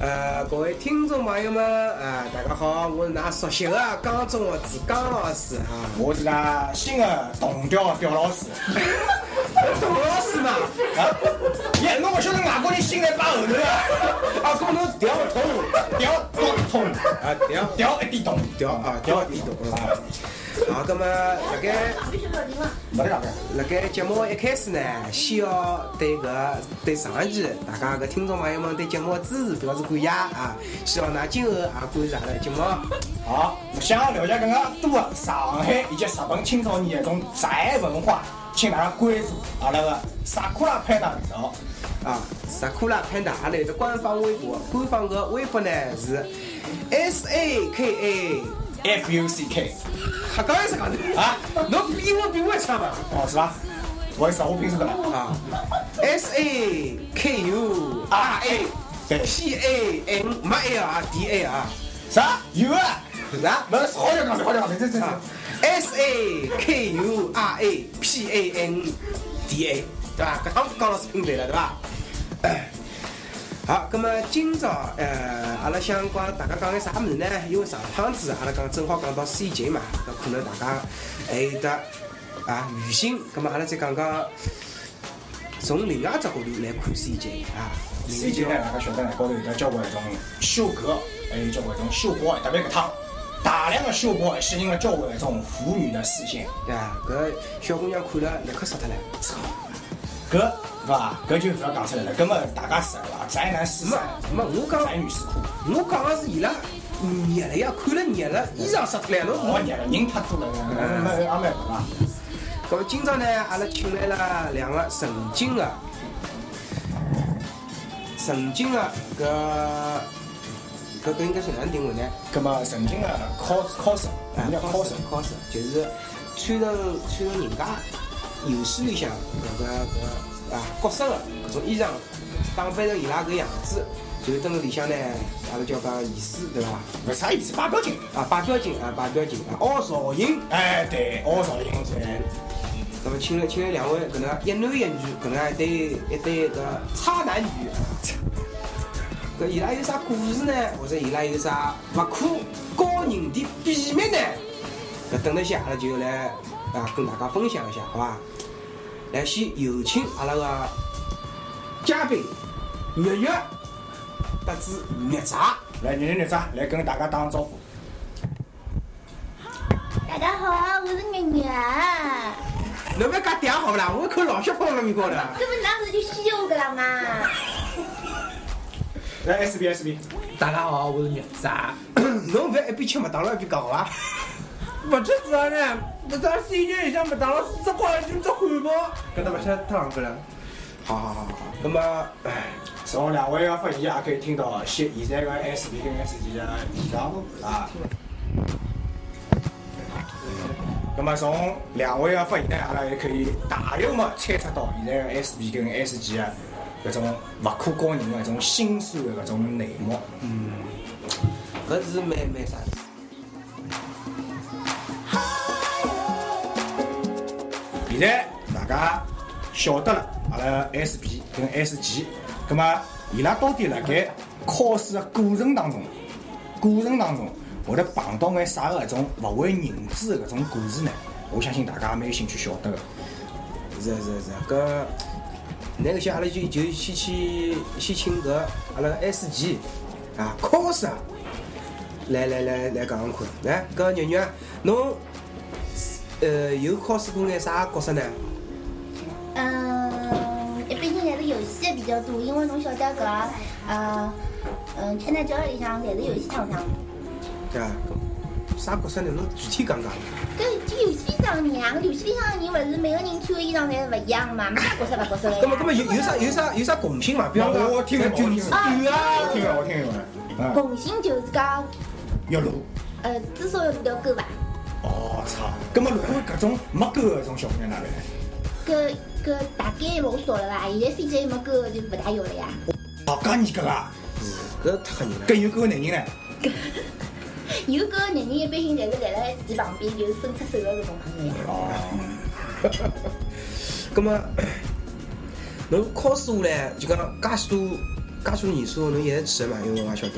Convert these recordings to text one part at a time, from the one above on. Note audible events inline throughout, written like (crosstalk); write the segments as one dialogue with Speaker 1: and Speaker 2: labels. Speaker 1: 呃，各位听众朋友们，啊、大家好，我是㑚熟悉的江中的子江老师啊。
Speaker 2: 我是他新的同调调老师，
Speaker 1: 董老师嘛，
Speaker 2: 啊，耶，侬勿晓得外国人新来摆后头啊，
Speaker 1: 啊，跟侬调通，
Speaker 2: 调多痛，
Speaker 1: 啊，调
Speaker 2: 调一点痛，
Speaker 1: 调啊，调地懂啊。好，那么辣盖
Speaker 2: 没得啥个，
Speaker 1: 辣盖节目一开始呢，先要对搿对上一期大家搿听众朋友们对节目的支持表示感谢啊，希望㑚今啊后也关注阿拉节目。
Speaker 2: 好，我想了解更加多的上海以及日本青少年的一种宅文化，请大家关注阿拉个萨库拉派大频道。
Speaker 1: 啊，萨库拉潘达阿拉有得官方微博，官方个微博呢是 S A K A，
Speaker 2: F U C K
Speaker 1: 瞎讲一啥讲的
Speaker 2: 啊？
Speaker 1: 侬英文比我还差嘛？
Speaker 2: 哦，是吧？我也是，我拼错了。
Speaker 1: 啊，S A K U
Speaker 2: R A 对
Speaker 1: P A N 没 A 啊，D A 啊，
Speaker 2: 啥有啊？
Speaker 1: 是啊
Speaker 2: 没是好久讲的，好久讲的，这这这
Speaker 1: 啊，S A K U R A P A N D A，对吧？搿趟刚老师拼对了，对吧？哎好，那么今朝呃，阿拉想帮大家讲个啥物事呢？因为上趟子啊阿拉讲正好讲到 CJ 嘛，啊那可能大家还有得啊余心，那么阿拉再讲讲从另外一只角度来看 CJ 啊。
Speaker 2: C 级呢，大家晓得呢，高头有得交关一种绣格，还有交关一种绣包，特别搿趟大量的绣包吸引了交关一种腐女的视线，
Speaker 1: 啊，搿小姑娘看了立刻杀脱了。
Speaker 2: 操，搿对伐？搿就勿要讲出来了，搿么大家是伐？宅男私
Speaker 1: 没
Speaker 2: 宅，
Speaker 1: 没，我讲
Speaker 2: 宅女私库，
Speaker 1: 我讲的是伊拉热了呀，看了热了，衣裳湿脱了。侬
Speaker 2: 老热了，人太多了，没也没办法。
Speaker 1: 搿么今朝呢，阿拉请来了两个曾经啊的、曾经的搿搿搿应该是哪能定位呢？
Speaker 2: 搿么曾经的 cos cos，我们叫 cos，
Speaker 1: cos 就是穿成穿成人家游戏里向搿个搿啊角色的搿种衣裳，打扮成伊拉搿样子，就蹲辣里向呢，阿拉叫讲仪式对伐？
Speaker 2: 勿啥意思，八表情。
Speaker 1: 啊，摆表情啊，摆表情啊，凹造型。
Speaker 2: 哎，对，我造型，对，
Speaker 1: 那么请了请了两位搿能一男一女，搿能一对一对搿差男女。搿伊拉有啥故事呢？或者伊拉有啥勿可告人的秘密呢？搿等了歇，阿拉就来啊跟大家分享一下，好伐？来，先有请阿拉个嘉宾月月，得知蜜茶。
Speaker 2: 来，女人女渣，来跟大家打个招呼。
Speaker 3: 大家好，我是月月。
Speaker 1: 侬勿要讲嗲好勿啦？我口老小放辣面高头。
Speaker 3: 这不拿手就吸我个了吗？
Speaker 2: 来 S B S B，
Speaker 4: 大家好，我是玉渣。
Speaker 1: 侬勿要一边吃麦当劳一边讲好伐？
Speaker 4: 不吃啥呢？不知道新疆里向麦当劳四十块钱只汉堡，搿搭勿吃太昂贵了。
Speaker 1: 好好好好，好，那么唉
Speaker 2: 哎从两位的啊发言也可以听到现现在的 S B 跟 S G 的现状啊。那么啊从两位的啊发言呢，阿拉也可以大约嘛猜测到现在的 S B 跟 S G 啊，搿种勿可告人的搿种心酸的搿种内幕。
Speaker 1: 搿是蛮蛮啥？
Speaker 2: 现在大家晓得了阿拉 S B 跟 S G，葛么伊拉到底辣盖考试的过程当中，过程当中会得碰到眼啥个搿种勿为人知的搿种故事呢？我相信大家蛮有兴趣晓得的。
Speaker 1: 是是是，搿那个些阿拉就就先去先请搿阿拉 S G 啊 c o s 来来来来讲讲看，来搿肉肉，侬呃有 cos 过眼啥角色呢？
Speaker 3: 嗯，一毕竟还是游戏比较多，因为侬晓得搿呃嗯，天台教育里向侪是游戏厂商。
Speaker 1: 对伐？啥角色呢？侬具体讲讲。
Speaker 3: 搿就游戏厂娘，游戏里向的人勿是每个人穿的衣裳侪是勿一样的嘛，没啥角色勿角色的呀。
Speaker 1: 葛么葛么有有啥有啥有啥共性伐？比方讲，
Speaker 2: 我听了，我听
Speaker 1: 就是
Speaker 2: 了，我听了，我听了，嗯，
Speaker 3: 共性就是讲，
Speaker 2: 要录。
Speaker 3: 呃，至少要录条狗伐？
Speaker 2: 哦操！葛么如果搿种没狗的搿种小姑娘哪能？
Speaker 3: 搿搿大概老少了伐？现在飞机没狗就勿大有了呀。
Speaker 2: 哦，介严格啊！
Speaker 1: 嗯搿太吓人了。
Speaker 2: 搿有狗的男人呢？
Speaker 3: 有搿个男人一般性侪是站辣伊旁边，就是伸出手的搿种朋友。
Speaker 2: 哦，
Speaker 1: (laughs) (coughs) 咁么，侬 cos 下来就讲介许多介许多年数，侬一直记得嘛？因为我也晓得，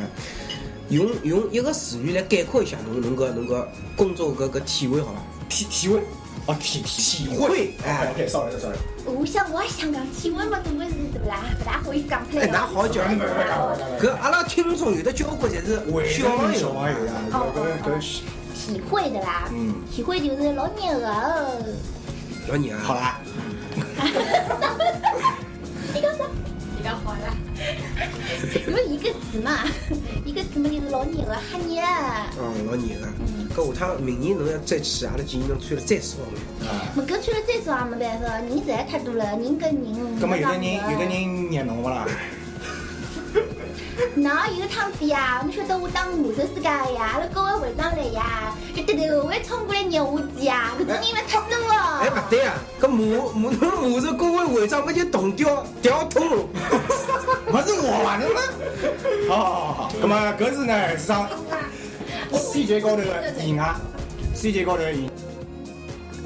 Speaker 1: 用用一个词语来概括一下侬侬搿侬搿工作搿搿体会好伐？
Speaker 2: 体体会，哦体体
Speaker 1: 体会哎
Speaker 2: OK sorry sorry，
Speaker 3: 我想我也想讲，体温嘛，总归是对不啦？不大好意思讲出来
Speaker 1: 哎，。哪好叫？
Speaker 2: 搿
Speaker 1: 搿阿拉听众有的交关侪是小朋
Speaker 2: 小
Speaker 1: 友啊
Speaker 2: 朋友呀，
Speaker 3: 哦哦
Speaker 2: 搿搿
Speaker 3: 体会的啦，
Speaker 2: 嗯
Speaker 3: 体会就是老热哦。
Speaker 1: 老娘啊，
Speaker 2: 好啦，
Speaker 3: 你讲啥？你讲好了。因为一个字嘛，一个字嘛就是老热的，哈热。
Speaker 1: 嗯，老娘啊，搿下趟明年侬要再去，阿拉建议侬穿了再少眼。
Speaker 2: 啊，
Speaker 3: 没搿穿了再少也没办法，人实在太多了，人跟人。
Speaker 2: 葛末有的人有的。人热侬勿啦？
Speaker 3: 哪有趟子呀？侬晓得我当魔兽世家的呀，阿拉高个会长来呀，搿直头会冲过来捏我几呀，搿种人勿太多了。
Speaker 1: 哎，勿对啊，搿马马侬马是工会会长，搿就同调调通
Speaker 2: (laughs)
Speaker 1: 了。
Speaker 2: 勿是我伐？侬们？好好好，葛末搿是呢是上 C 级高头的意外，C 级高头的意外。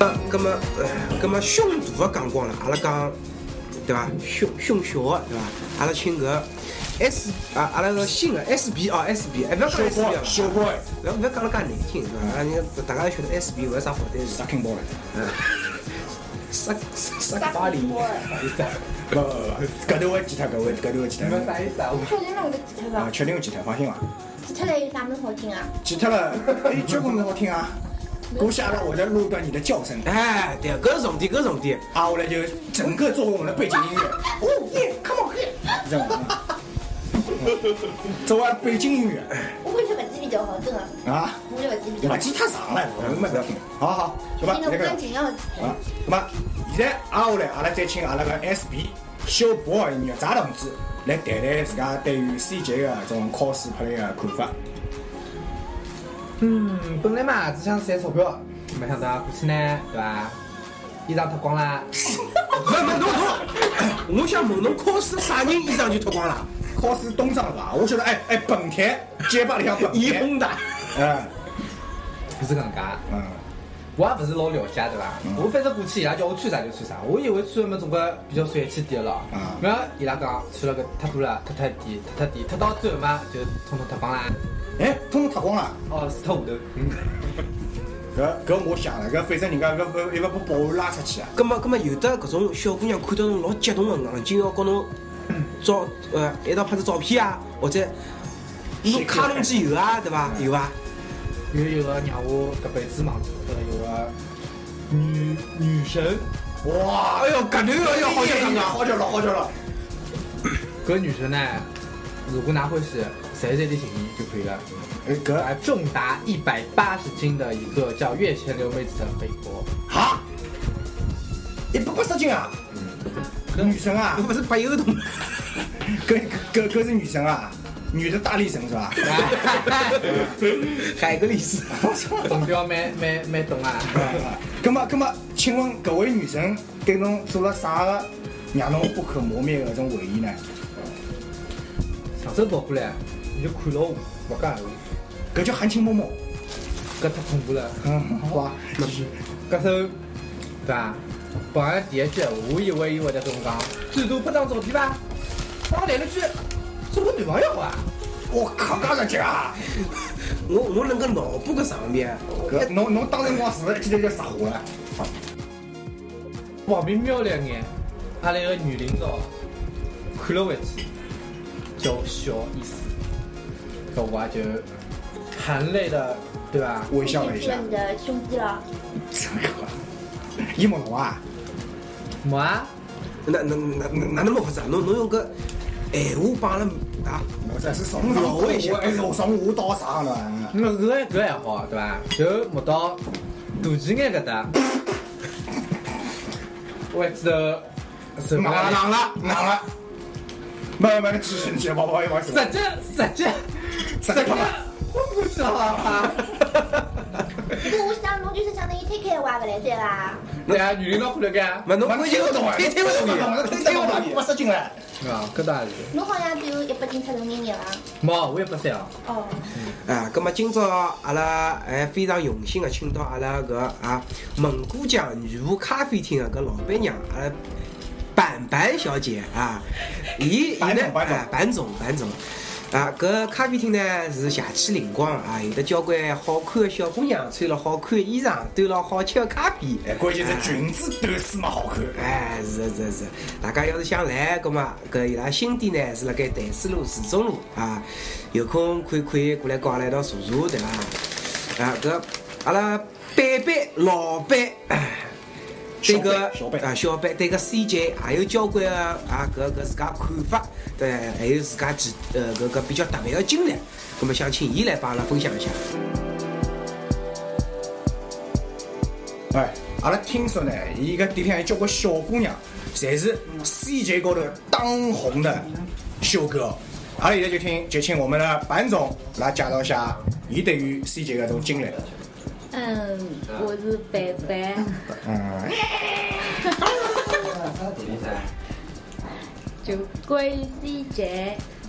Speaker 1: 那葛么，呃葛么凶大的讲光了，阿拉讲对伐？凶凶小的对伐？阿拉请搿 S 啊，阿拉个新的 SB 哦 SB，哎，勿要讲 SB 了，
Speaker 2: 小
Speaker 1: 勿
Speaker 2: boy，
Speaker 1: 要勿要讲了介难听对伐？阿拉人家大家也晓得 SB 勿是啥好单词，
Speaker 2: sucking boy，
Speaker 1: 杀杀杀巴黎，
Speaker 2: 不不不，搿头我记脱，搿位搿头我记
Speaker 4: 你们
Speaker 2: 脱。
Speaker 4: 啥意思啊？
Speaker 3: 确定了搿个吉他
Speaker 2: 啊，
Speaker 3: 上，
Speaker 2: 确定我记脱，放心伐？
Speaker 3: 吉他来有啥么好听啊？
Speaker 2: 记脱了，哎，交关蛮好听啊。估计阿拉会得录一段你的叫声，
Speaker 1: 哎，对，搿是重点，搿是重点。
Speaker 2: 啊，我来就整个作为我们的背景音
Speaker 3: (laughs)
Speaker 2: 乐。哦耶，come on，这样啊。作为背景音乐
Speaker 3: 我感觉搿支比较好，真的，
Speaker 2: 啊，
Speaker 3: 我觉得搿支比较好。
Speaker 2: 勿记太长了，我们不要听。好好，好吧，
Speaker 3: 听了
Speaker 2: 那
Speaker 3: 我
Speaker 2: 个
Speaker 3: 感。情要。
Speaker 2: 啊，那么现在挨下来，阿拉再请阿拉个 SB 小博尔热啊扎同志来谈谈自家对于 C 级个这种 cosplay 个看法。
Speaker 4: 嗯，本来嘛只想赚钞票，没想到过去呢，对伐？衣裳脱光
Speaker 1: (laughs)
Speaker 4: 啦，
Speaker 1: 勿勿，侬侬，哎我想问侬，cos 啥人衣裳就脱光了？
Speaker 2: cos 东张吧，我晓得，哎哎，本田街霸里向
Speaker 1: (laughs)
Speaker 2: 本
Speaker 1: 伊
Speaker 2: 田，
Speaker 1: 轰的。
Speaker 2: 嗯
Speaker 4: 就是搿能介。
Speaker 2: 嗯，
Speaker 4: 我也勿是老了解，对伐
Speaker 2: 嗯？
Speaker 4: 我反正过去伊拉叫我穿啥就穿啥，我以为穿个么总归比较帅气点了
Speaker 2: 啊。
Speaker 4: 然后伊拉讲穿了个太多了，太太低，太太低，太到最后嘛就统统脱光啦。
Speaker 2: 哎，通通脱光了，
Speaker 4: 哦，是脱下头。
Speaker 2: 搿搿我想了，搿反正人家搿勿一勿把保安拉出去啊，
Speaker 1: 葛么葛么，有的搿种小姑娘看到侬老激动个，硬劲要跟侬照呃一道拍张照片啊，或者弄卡弄机有啊，对伐？有伐？
Speaker 4: 有一个让我搿辈子忘记勿脱，呃有个女女神，
Speaker 2: 哇，
Speaker 1: 哎呦，搿头要要好啊
Speaker 2: 久
Speaker 1: 像讲讲，
Speaker 2: 好久了，好久了，
Speaker 4: 搿女神呢，如果㑚欢喜，随随地行医就可以了。
Speaker 2: 哎搿
Speaker 4: 啊，重达一百八十斤的一个叫月前流妹子的美国，
Speaker 2: 哈，一百八十斤啊，
Speaker 1: 嗯
Speaker 2: 女生啊
Speaker 1: 搿，勿是白油桶，
Speaker 2: 搿搿搿是女生啊，女的大力神是吧？
Speaker 1: 海格力
Speaker 2: (laughs)
Speaker 1: 斯。
Speaker 2: 我操！
Speaker 4: 懂掉蛮蛮蛮懂啊！
Speaker 2: 咁么咁么，请问搿位女神对侬做了啥个让侬不可磨灭的搿种回忆呢？
Speaker 4: 上手跑过来，你就看牢我，勿讲闲话，
Speaker 2: 搿叫含情脉脉。
Speaker 4: 搿太恐怖了。
Speaker 2: 嗯，好吧，继续。
Speaker 4: 搿首对伐？保安第一句，我以为伊会得跟我讲，最多拍张照片伐？帮我来了句，做个男朋友好啊？
Speaker 2: 我靠，介着急啊！
Speaker 1: 我我能够脑补搿场面，
Speaker 2: 搿侬侬当辰光是勿是记得叫啥啊话了？
Speaker 4: 旁边瞄了一眼，阿拉一个女领导看了回去，叫我笑意思，搿我也就含泪的，对伐？
Speaker 2: 微笑了一下
Speaker 3: 我。你的胸肌了，
Speaker 2: 这个，伊问侬啊？
Speaker 4: 没啊，
Speaker 1: 哪哪哪哪哪那么复杂？侬侬用搿闲话帮阿拉啊，
Speaker 2: 我这是从上到下，哎呦，从下到上了。啊
Speaker 4: 那搿个搿还好，对伐？就摸到肚脐眼搿搭， (coughs) 我还记得什
Speaker 2: 硬
Speaker 4: 么
Speaker 2: 了，硬了，硬了。没没，啊继续继续，勿好意思，
Speaker 4: 直接直接直接昏过去了，好吧？
Speaker 3: 搿我想侬就是相当于推开挖勿来对伐？
Speaker 4: 对啊，女领导过来干，
Speaker 1: 没侬
Speaker 2: 侬
Speaker 1: 关键是
Speaker 2: 懂啊，
Speaker 1: 推推勿动伊，推
Speaker 2: 推推
Speaker 1: 勿
Speaker 2: 勿
Speaker 1: 动
Speaker 2: 动，
Speaker 1: 伊
Speaker 2: 八。十斤了。
Speaker 4: 啊，搿倒是。
Speaker 3: 侬好像只有一百斤出头眼眼伐？
Speaker 4: 冇，我也不三啊。
Speaker 3: 哦，
Speaker 1: 啊，葛么今朝阿拉还非常荣幸的请到阿拉搿啊蒙古江女巫咖啡厅的搿老板娘阿拉板板小姐啊，伊伊
Speaker 2: 板
Speaker 1: 呢
Speaker 2: 总板总
Speaker 1: 啊板总板总啊，搿咖啡厅呢是邪气灵光啊，有得交关好看的小姑娘穿了好看的衣裳，端了好吃的咖啡，
Speaker 2: 哎，关键是裙子短丝嘛好看。
Speaker 1: 哎，是的是的是的，大家要是想来，葛么搿伊拉新店呢是辣盖淡水路市中路啊，有空可以可以过来跟阿拉一道坐坐，对伐？啊，搿阿拉贝贝 (clears throat) 老板，哎对个
Speaker 2: 小贝小贝
Speaker 1: 啊小贝对个 CJ 还有交关啊搿搿自家看法，对，还有自家几呃搿搿比较特别的经历，葛么想请伊来帮阿拉分享一下。
Speaker 2: 哎，阿拉听说呢，伊搿店里向有交关小姑娘，侪是 CJ 高头当红的秀哥。阿拉现在就听，就请我们的板总来介绍一下伊对于 CJ 搿种经历。
Speaker 5: 嗯，我是白白，
Speaker 2: 嗯，
Speaker 5: 就关于 CJ，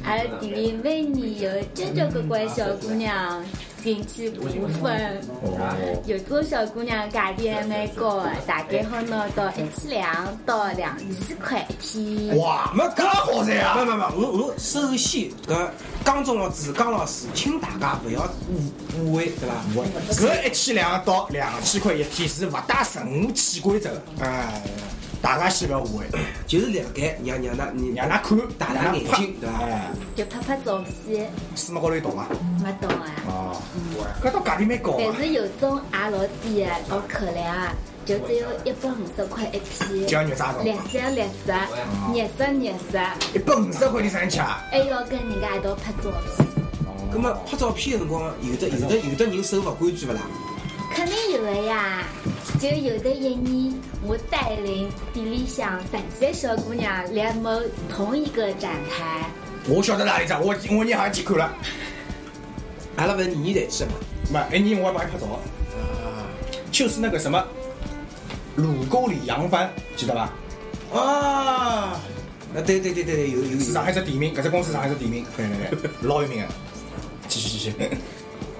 Speaker 5: 阿拉店里每年有交交关关小姑娘进去部分，
Speaker 2: 哦，
Speaker 5: 有种小姑娘价钿还蛮高的，大概好拿到一千两到两千块一天。
Speaker 2: 哇，没搿好噻
Speaker 1: 没
Speaker 2: 啊！
Speaker 1: 没没，我我首先搿江中老师，江老师，请大家啊勿要误误会，对伐？
Speaker 2: 搿一千两到两千块一天是勿带任何潜规则的，哎，大家先勿要误会，
Speaker 1: 就是了解让让㑚你
Speaker 2: 让㑚看，
Speaker 1: 大
Speaker 2: 让
Speaker 1: 大
Speaker 2: 㑚
Speaker 1: 眼
Speaker 2: 拍
Speaker 1: 睛对伐
Speaker 2: 哎，
Speaker 5: 就拍拍照片，
Speaker 2: 书目高头有懂伐？
Speaker 5: 没懂啊。
Speaker 2: 哦，搿到价钿蛮高
Speaker 5: 但
Speaker 2: 啊，
Speaker 5: 是有种也老低的，老可怜啊，就只有一百五十块一
Speaker 2: 就
Speaker 5: 天。
Speaker 2: 要肉渣
Speaker 5: 六
Speaker 2: 种，
Speaker 5: 十六十，廿十廿十，还
Speaker 2: 一百五十块钿啥人吃啊？
Speaker 5: 要跟人家一道拍照片。
Speaker 2: 哦
Speaker 1: 葛末拍照片个辰光，有的有的有的人手勿规矩勿啦？
Speaker 5: 肯定有的呀，就有的一年，我带领店里向十几个小姑娘来某同一个展台，
Speaker 2: 我晓得哪里只，我我一年好像去看了，
Speaker 1: 阿拉勿是年年去嘛？
Speaker 2: 没一年我还帮伊拍照，啊就是那个什么乳沟里扬帆，记得吧？
Speaker 1: 啊，啊对对对对对，有有
Speaker 2: 是上
Speaker 1: 有。
Speaker 2: 海只店名，搿只公司上海只店名，嗯对对 (laughs) 对，老有名的。继续继续，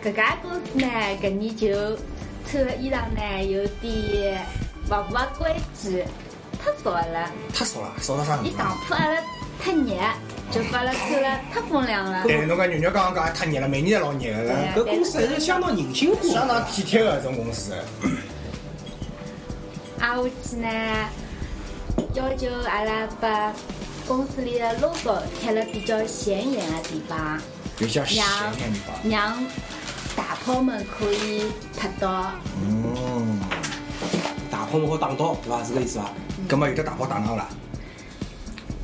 Speaker 5: 搿家公司呢，搿年就穿的衣裳呢有点勿符合规矩，太少了，
Speaker 2: 太少了，少到啥
Speaker 5: 伊
Speaker 2: 程度？
Speaker 5: 上铺阿拉太热，就把阿拉穿了太风凉了。
Speaker 2: 但是哎侬讲肉肉刚刚讲太热了，每年侪老热的，
Speaker 1: 搿公司还是相当人性化，
Speaker 2: 相当体贴啊的这种公司。
Speaker 5: 挨下啊去呢，要求阿拉把公司里的 logo 贴了比较显眼的地方。
Speaker 2: 有些闲
Speaker 5: 让
Speaker 2: 的地方。
Speaker 5: 让大炮们可以拍到，
Speaker 2: 嗯，
Speaker 1: 大炮好打到，对伐？是搿意思伐？
Speaker 2: 葛啊么有的大炮打哪啦？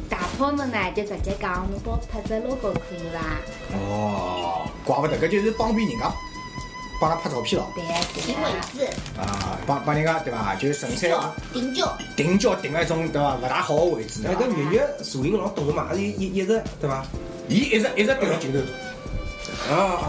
Speaker 5: 大炮们呢就直接讲，侬帮我拍只 logo 可以伐？
Speaker 2: 哦，怪不得，搿就是方便人家帮他拍照片了
Speaker 5: 对呀对
Speaker 3: 评位
Speaker 5: 呀，
Speaker 3: 置、
Speaker 2: 啊，帮帮人家对伐？就是纯粹啊
Speaker 3: 叫哦顶叫，
Speaker 2: 定焦定了一种对伐？勿大好的位置啊
Speaker 1: 哎，。搿女月坐影老懂个嘛，也一一直对伐？
Speaker 2: 伊一直一直盯牢镜头，
Speaker 1: 啊啊，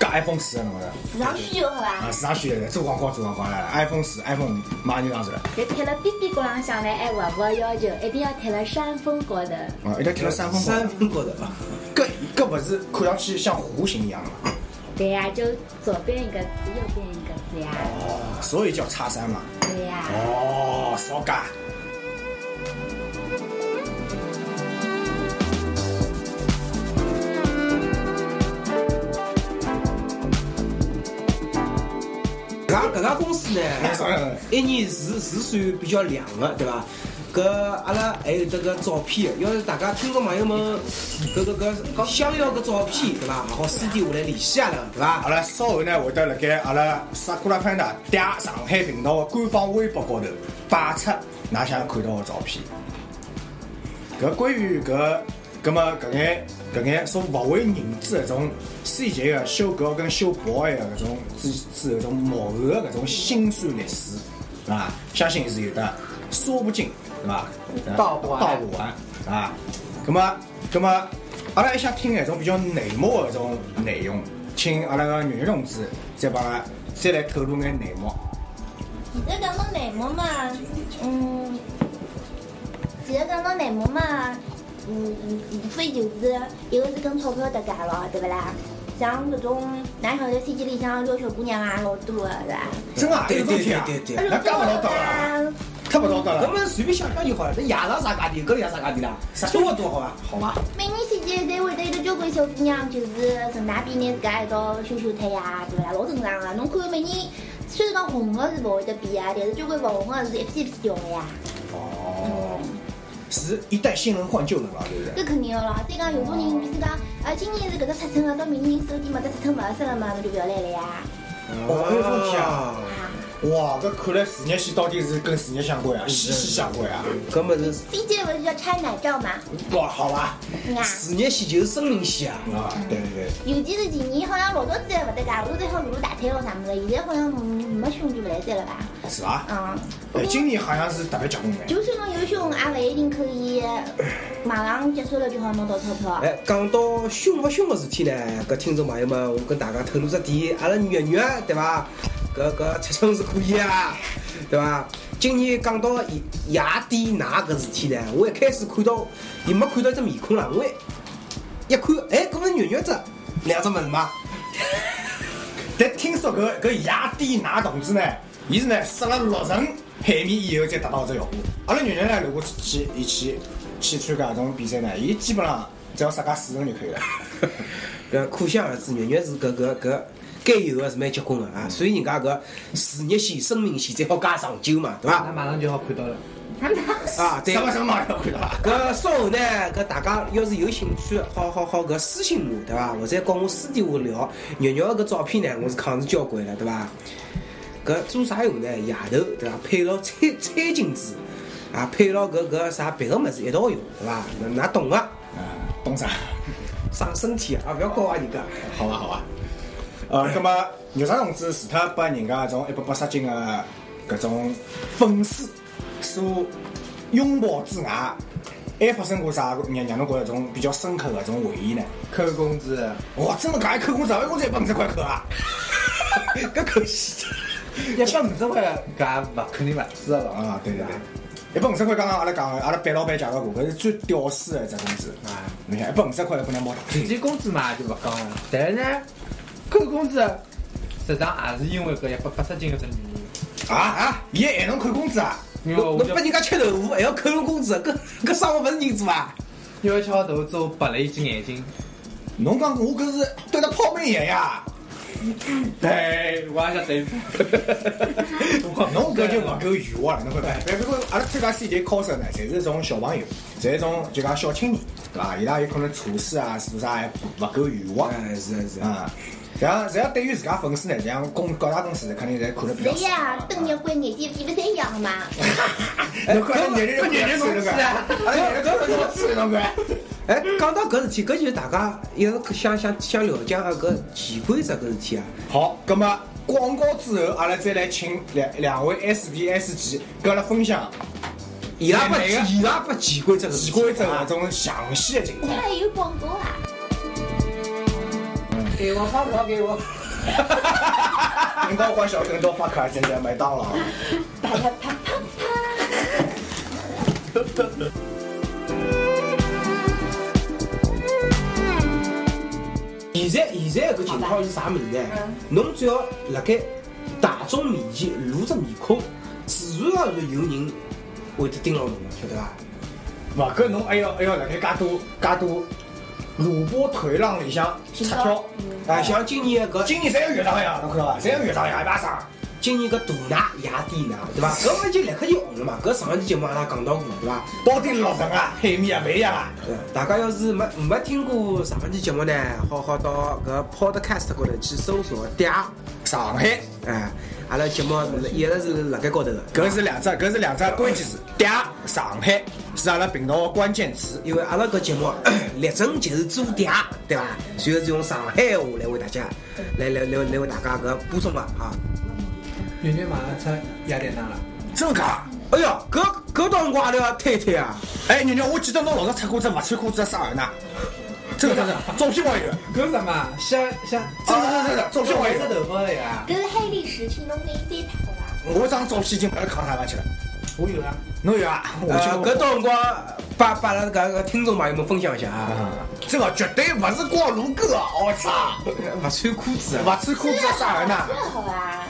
Speaker 2: 加 iPhone 四侬晓得？
Speaker 3: 市场需求好伐
Speaker 2: 啊，？市场需求做广告做广告了，iPhone 四 iPhone 五马上就上市了。
Speaker 5: 就贴了边边角浪向呢，还符合要求，一定要贴了山峰高头。
Speaker 2: 啊，一条贴了三分钟。
Speaker 1: 三分高头啊，
Speaker 2: 搿搿勿是看上去像弧形一样嘛？
Speaker 5: 对呀，就左边一个字，右边一个字呀。
Speaker 2: 哦，所以叫叉三嘛。
Speaker 5: 对呀，
Speaker 2: 哦，少加。
Speaker 1: 搿家搿家公司呢？一年是是算比较凉的，对伐？搿阿拉还有得个照片，要是大家听众朋友们搿搿搿想要个照片，对伐？好私底下来联系阿拉，对伐？
Speaker 2: 阿拉稍后呢会得辣盖阿拉萨库拉潘达嗲上海频道的官方微博高头摆出㑚想看到的照片。搿关于搿搿么搿眼搿眼所勿为人知的搿种 CJ 的修搿跟修 boy 的搿种之之搿种幕后的搿种辛酸历史，是伐？相信是有的，说不尽，是伐？
Speaker 4: 道
Speaker 1: 啊
Speaker 4: 不完
Speaker 2: 道不完，是伐？啊搿么搿么，阿拉还想听搿种比较内幕的搿种内容，请阿拉个女同志再帮阿再来透露眼内幕。
Speaker 3: 其实讲到内幕嘛，嗯，其实讲到内幕嘛，嗯，嗯无非就是一个是跟钞票搭界咯，对不啦？像这种，哪晓得天天里向撩小姑娘啊，老多的，是吧？
Speaker 2: 真的啊，有这事体啊
Speaker 1: 对对对，对
Speaker 2: 那干不到到啦，
Speaker 3: 啦。
Speaker 2: 看不到到
Speaker 1: 我
Speaker 2: 啦。
Speaker 1: 们随便想想就好了，这夜上啥价钿，搿里也啥价钿啦，啥交关多好啊，好伐？
Speaker 3: 每年春节侪会得有交关小姑娘，就是顺大便拿自家一道修修脱呀，对伐？老正常个。侬看每年虽然讲红个是勿会得变啊，但是交关勿红个是一批一批掉个呀。
Speaker 2: 哦，是一代新人换旧人了，对不对？
Speaker 3: 搿肯定个咯。再讲有种人，比如讲，啊，今年是搿只尺寸个，到明年手底没得尺寸勿合适了嘛，侬就勿要来了呀。
Speaker 2: 哦，有这种事体啊！
Speaker 3: 啊，
Speaker 2: 哇，搿看来事业线到底是跟事业相关啊，息息相关啊！
Speaker 1: 搿么是
Speaker 3: 飞机勿是叫拆奶罩嘛？
Speaker 2: 哇，好吧，
Speaker 3: 嗯啊，
Speaker 1: 事业线就是森林线啊，
Speaker 2: 啊，对对对，
Speaker 3: 尤其是近年好像老早子还勿搭界，老早子好露露大腿咯啥物事，现在好像没没胸就勿来三了吧？
Speaker 2: 是吧？
Speaker 3: 嗯。
Speaker 2: 哎，今年好像是特别结棍哎。
Speaker 3: 就算侬有胸，也勿一定可以马上接受了就好拿到钞票。
Speaker 1: 哎，讲到凶勿凶个事体呢，搿听众朋友们，我跟大家透露只点，阿拉月月对伐？搿搿尺寸是可以啊，对伐？今年讲到夜夜店奶搿事体呢，我一开始看到，伊没看到只面孔啦，我一一看，哎，搿是月月只两只物事
Speaker 2: (laughs)
Speaker 1: 嘛，
Speaker 2: 但听说搿搿夜店奶同志呢，伊是呢塞了六层海绵以后再达到这效果。阿拉女人呢，如果去一起去参加搿种比赛呢，伊基本上只要塞加四层就可以了。
Speaker 1: 搿可想而知，月月是搿搿搿该有个是蛮结棍个啊，所以人家搿事业线、生命线才好加长久嘛，对
Speaker 4: 那
Speaker 2: 嗯
Speaker 1: 伐？
Speaker 4: 马上就好看到了。
Speaker 1: 啊，对
Speaker 2: 什。么什么马上看到啊？
Speaker 1: 搿稍后呢，搿大家要是有兴趣，好好好搿私信我，对伐？或者跟我私底下聊，肉肉搿照片呢，我是抗日交关了，对伐？搿做啥用呢？夜头对伐？配牢餐餐巾纸，啊，配牢搿搿啥别个物事一道用，对伐？㑚㑚懂个，
Speaker 2: 啊，懂啥？
Speaker 1: 伤身体啊，勿要教坏人家。
Speaker 2: 好啊吧，好吧。呃，那么肉啥同志除脱把人家搿种一百八十斤的搿种粉丝所拥抱之外，还发生过啥让让侬觉得种比较深刻的种回忆呢？
Speaker 4: 扣工资，
Speaker 2: 哇，真的讲一扣工资，哎，我才一百五十块扣啊！ (laughs) 搿可惜
Speaker 4: 一百五十块，搿也勿肯定勿止了吧？
Speaker 2: 啊！对对对，一百五十块，刚刚阿拉讲的，阿拉白老板介绍过，搿是最屌丝的一只工资。
Speaker 4: 啊，
Speaker 2: 侬想一百五十块可能摸大腿，
Speaker 4: 实际工资嘛就勿讲了，但是呢，扣工资实际上也是因为搿一百八十斤搿只原因，
Speaker 2: 啊啊！伊还喊侬扣工资啊？
Speaker 4: 因为
Speaker 1: 侬
Speaker 4: 我
Speaker 1: 侬
Speaker 4: 就
Speaker 1: 拨人家吃豆腐，还要扣侬工资，搿搿生活勿是人做啊？
Speaker 4: 因为吃好豆之后白了一只眼睛，
Speaker 2: 侬讲我搿是对着泡妹眼呀？
Speaker 4: 对，我也想对。
Speaker 1: 哦
Speaker 2: 侬搿就勿够圆滑了，侬明白？别别阿拉参加线前考试呢，侪是种小朋友，侪是种就讲小青年，对伐？伊拉有可能措施啊，是啥还勿够圆滑
Speaker 1: 哎，是啊是啊。
Speaker 2: 啊。实际上，实际上对于自家粉丝呢，实际上公各大公司肯定侪看得比较
Speaker 3: 谁
Speaker 2: 少。
Speaker 3: 呀？瞪眼关眼睛，比不侪一样嘛？
Speaker 2: (laughs) 侬看年龄，年龄侬看，阿拉年龄都是吃侬看。
Speaker 1: 哎，讲到搿事体，搿就是大家一直想想想了解个搿潜规则搿事体啊。
Speaker 2: 好，葛么广告之后，阿拉再来请两两位 S B S G 跟阿拉分享
Speaker 1: 伊拉不
Speaker 2: 每个
Speaker 1: 伊拉不潜规则，
Speaker 2: 潜规则搿种详细的情 (laughs) 况。
Speaker 3: 还有广告啊！
Speaker 1: 给我发票给我。
Speaker 2: 等到关小，等到发卡，现在麦当劳。
Speaker 3: 啪啪啪啪啪！
Speaker 1: 现在现在搿情况是啥物事呢？侬只要辣盖大众面前露只面孔，自然而然有人会得盯牢侬的，晓得伐？
Speaker 2: 嘛，搿侬还要还要辣盖介多介多萝卜腿浪里向
Speaker 3: 提
Speaker 2: 插
Speaker 3: 高
Speaker 2: 跳，
Speaker 1: 啊，
Speaker 2: 啊，像
Speaker 1: 像今年搿
Speaker 2: 今年侪要月上呀，侬看到伐？侪要月上呀，一把上。
Speaker 1: 今年搿大奶夜店奶，对伐？搿勿就立刻就红了嘛？搿上一期节目阿拉讲到过，对伐？
Speaker 2: 到底老神啊，海面啊，勿一样啊。
Speaker 1: 呃大家要是没没听过上一期节目呢，好好到搿 Podcast 高头去搜索嗲，
Speaker 2: 上海，
Speaker 1: 哎，阿拉节目是一直是辣盖高头的。
Speaker 2: 搿是两只，搿是两只关键词。嗲，上海是阿拉频道的关键词。
Speaker 1: 因为阿拉搿节目 (coughs) 立正就是做嗲，对伐？所以是用上海话来为大家来来来来为大家搿播送个啊。
Speaker 4: 圆圆马上穿雅典娜了，
Speaker 2: 真个啊？
Speaker 1: 哎哟，搿搿辰光阿拉要推推啊！
Speaker 2: 哎，牛牛，我记得侬老早出过只勿穿过只啥儿呢？真的真 (laughs) 的，照片我有，
Speaker 4: 搿什么？像像
Speaker 2: 真的真的真的，照片我
Speaker 4: 白
Speaker 2: 有
Speaker 4: 色。头发的呀，
Speaker 3: 搿是黑历史，去侬可以翻它伐？
Speaker 2: 我张照片已经不要扛台湾去了，
Speaker 4: 我有啊。
Speaker 2: 侬有啊？我
Speaker 1: 呃
Speaker 2: 去，
Speaker 1: 搿到辰光把把那个个听众朋友们分享一下啊，
Speaker 2: 啊，这个绝对不是光撸哥啊！我操，
Speaker 1: (laughs) 勿穿裤子啊，
Speaker 2: 不穿裤子啥人呐？
Speaker 3: 这好啊，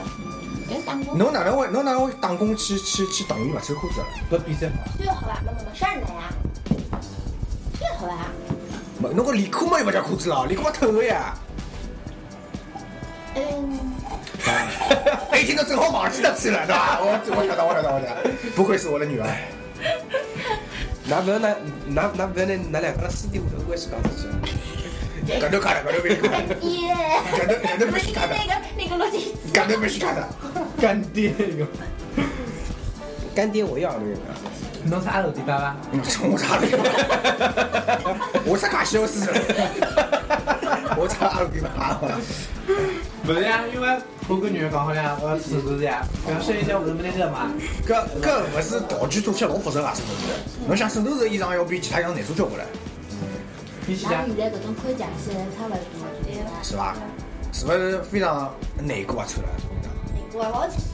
Speaker 3: 有打工，
Speaker 2: 侬哪能会侬哪能会打工去去去动员勿穿裤子啊？
Speaker 4: 不比赛嘛，
Speaker 3: 这好吧，那么事儿呢呀？这好吧，
Speaker 2: 没侬个连裤嘛又勿叫裤子哦了，连裤嘛透个呀！ (laughs)
Speaker 3: 嗯，
Speaker 2: 哎，一听到正好忘记得穿了，对伐？我我晓得，我晓得，我晓得，不愧是我的女儿。
Speaker 1: 㑚勿要拿㑚㑚勿要拿㑚两个人私底下头关系讲出去啊。
Speaker 2: 搿头卡的，搿头别卡的，
Speaker 3: 耶，
Speaker 2: 搿头搿头
Speaker 3: 不
Speaker 2: 必
Speaker 3: 是
Speaker 2: 须
Speaker 3: 那
Speaker 2: 卡的，
Speaker 3: 个那个逻辑词，
Speaker 2: 搿头必须卡的。 (laughs)
Speaker 4: 干爹哟，
Speaker 1: 干爹我要那个，
Speaker 4: 侬是阿鲁迪巴吧？
Speaker 2: 嗯我操！我操卡西欧斯人，我操阿鲁比巴。
Speaker 4: 不是呀，因为我跟女儿讲好了，我要吃不是啊呀，表示一下我们那个嘛。
Speaker 2: 搿搿勿是道具做起来老复杂啊，圣斗士。侬想圣斗士衣裳要比其他样难做交关唻，
Speaker 4: 你去
Speaker 5: 像
Speaker 4: 讲，
Speaker 5: 现在搿种盔甲现在差勿多，对伐？
Speaker 2: 是伐？是勿是非常难过啊？穿了，是
Speaker 3: 美国老气死，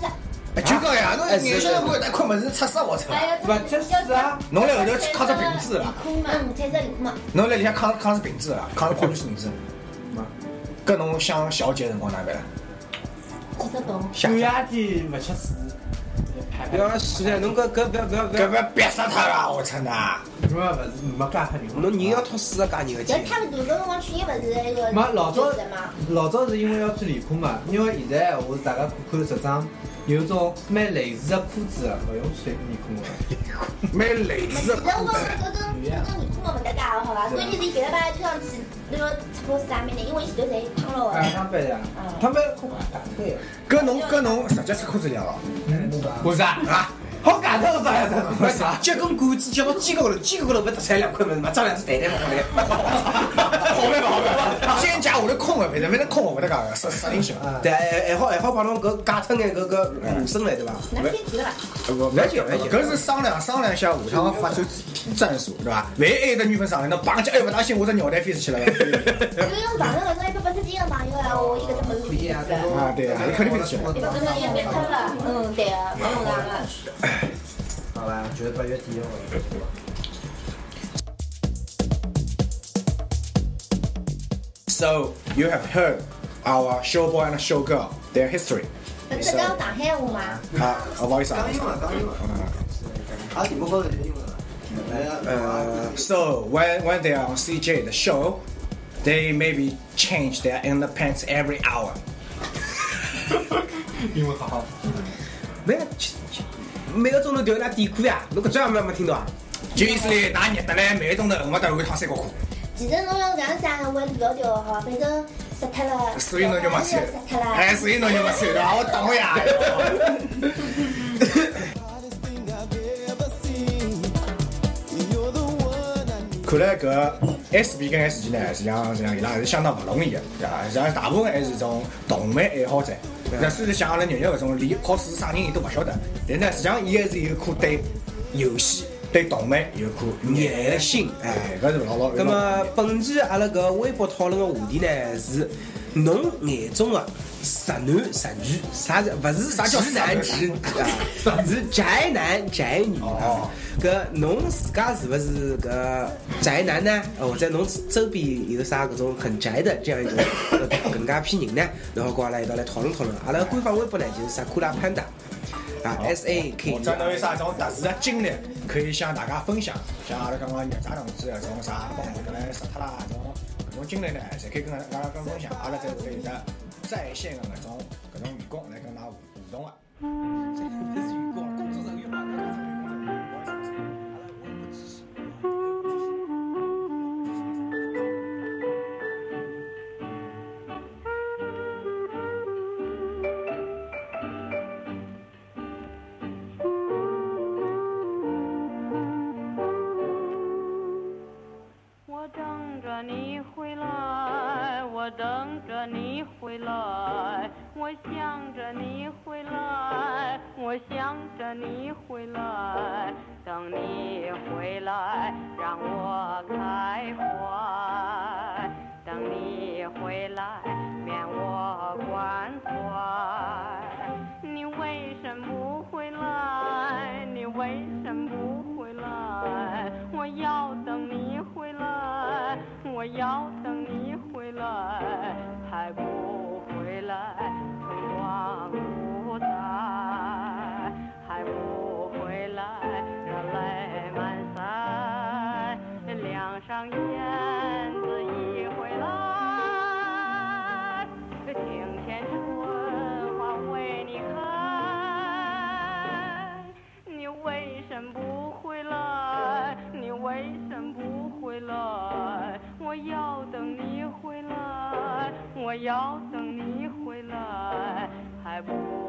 Speaker 2: 不是哎，就搿样，侬
Speaker 1: 哎是
Speaker 2: 眼晓得我有一块物事出色，我操！
Speaker 3: 哎
Speaker 5: 还有
Speaker 1: 勿这是啊，
Speaker 2: 侬辣后头去扛只瓶子了，
Speaker 3: 哭嘛，嗯，在这里哭嘛，
Speaker 2: 侬辣里向扛扛只瓶子了，扛只矿泉水瓶子。搿侬想小姐辰光哪办？
Speaker 5: 吃只冻，
Speaker 2: 下
Speaker 4: 狗
Speaker 2: 家
Speaker 4: 鸭天勿吃屎，排
Speaker 1: 不要死了，侬搿搿不要不要不
Speaker 2: 搿
Speaker 1: 要
Speaker 2: 不，要憋死他了，我操呐！
Speaker 4: 没勿是没介吓人。
Speaker 1: 侬人要脱水啊，加人个劲
Speaker 3: 然后。他们大个辰光去年勿是那个，
Speaker 4: 没老早
Speaker 3: 的嘛，
Speaker 4: 老早是因为要穿连裤嘛，因为现在我大家看看实装，有种蛮类似的裤子，勿用穿连裤了。
Speaker 2: 蛮类似
Speaker 3: 没事，
Speaker 2: 的
Speaker 3: 我
Speaker 2: 裤
Speaker 3: 讲
Speaker 2: 子，
Speaker 3: 搿跟搿跟你哭嘛没得讲好吧？关键是伊搿个把穿上去，那个吃破啥没呢？因为前头侪胖了
Speaker 4: 啊，
Speaker 3: 的，
Speaker 4: 他们呀，他们好假的呀。
Speaker 2: 搿侬搿侬直接出裤子里向了，
Speaker 1: 哎
Speaker 4: 嗯，
Speaker 2: 我啥啊？
Speaker 4: 好假的，我咋呀？
Speaker 1: 不 (laughs) 是，接根管子接到肩高头，肩高头勿得出来两块物事嘛，长两只蛋蛋嘛，
Speaker 2: 好办好办，肩胛下头空的，反正反正空的，勿得讲实实定性。
Speaker 4: 啊，
Speaker 1: 对，还哎好还好帮侬搿加脱眼搿个女生来对伐？
Speaker 3: 那偏题了吧？
Speaker 2: 勿要紧，搿是商量商量一下下趟发展战术，对伐？万一埃个女粉上来，侬绑起，哎勿当心，我只鸟蛋飞出去了。
Speaker 3: 因为我网上勿是一百八十斤的朋友啊，我一个这么
Speaker 4: 可以啊，
Speaker 2: (laughs) 啊对啊你肯定不行
Speaker 3: 一百八十斤也变胖了，嗯，对啊，没用了。
Speaker 4: 好吧，九月八月底我。
Speaker 2: So you have heard our show boy and show girl their history.
Speaker 3: 不是讲上海话嘛？
Speaker 2: 啊，不好意思啊。
Speaker 6: 啊，你们高头就用了。呃，
Speaker 2: So when when they are on CJ the show, they maybe change their underpants every hour.
Speaker 4: 英文好好。
Speaker 1: 每个每个钟头调一趟底裤呀，侬搿种也没没听到啊？
Speaker 2: 就意思嘞，拿热的嘞，每个钟头我得有一趟三角裤。
Speaker 3: 其实侬要讲啥，我也调调好，反正杀脱了，
Speaker 2: 所以侬就没
Speaker 3: 杀
Speaker 2: 穿
Speaker 3: 脱，了。
Speaker 2: 哎，所以侬就没穿对伐？我懂了呀。看来搿 S B 跟 S G 呢，实际上实际上伊拉还是相当勿容易的，对伐？实际上大部分还是种动漫爱好者。那虽然像阿拉肉肉搿种连 cos 是啥人伊都勿晓得，但呢，实际上伊还是有一颗对游戏、对动漫有一颗
Speaker 1: 热的心
Speaker 2: 哎，搿是老老。
Speaker 1: 那么本期阿拉搿微博讨论个话题呢是侬眼中个直男直女，啥是勿是
Speaker 2: 啥叫
Speaker 1: 直男
Speaker 2: 直
Speaker 1: 直啊？是宅男宅女啊
Speaker 2: 哦？
Speaker 1: 搿侬自家是勿是搿宅男呢？呃或者侬周边有啥搿种很宅的这样一种呃搿能介一批人呢？然后跟阿拉一道来讨论讨论。阿拉官方微博呢就是萨库拉潘达啊，S A K
Speaker 2: 或
Speaker 1: U
Speaker 2: 者侬有啥种特殊的经历，可以向大家分享。像阿拉刚刚肉渣同志搿种啥帮我搿来杀脱啦，搿种搿种经历呢，侪可以跟大家分享。阿拉才会有得在线的搿种搿种员工来跟㑚互动啊。
Speaker 7: 我等着你回来，我等着你回来，我想着你回来，我想着你回来，等你回来让我开怀。回来，免我关怀。你为什么不回来？你为什么不回来？我要等你回来，我要等你回来，还不回来，春光不再，还不回来，热泪满腮，两上燕子一回来，庭前春花为你开。你为什么不回来？你为什么不回来？我要等你回来，我要等你回来，还不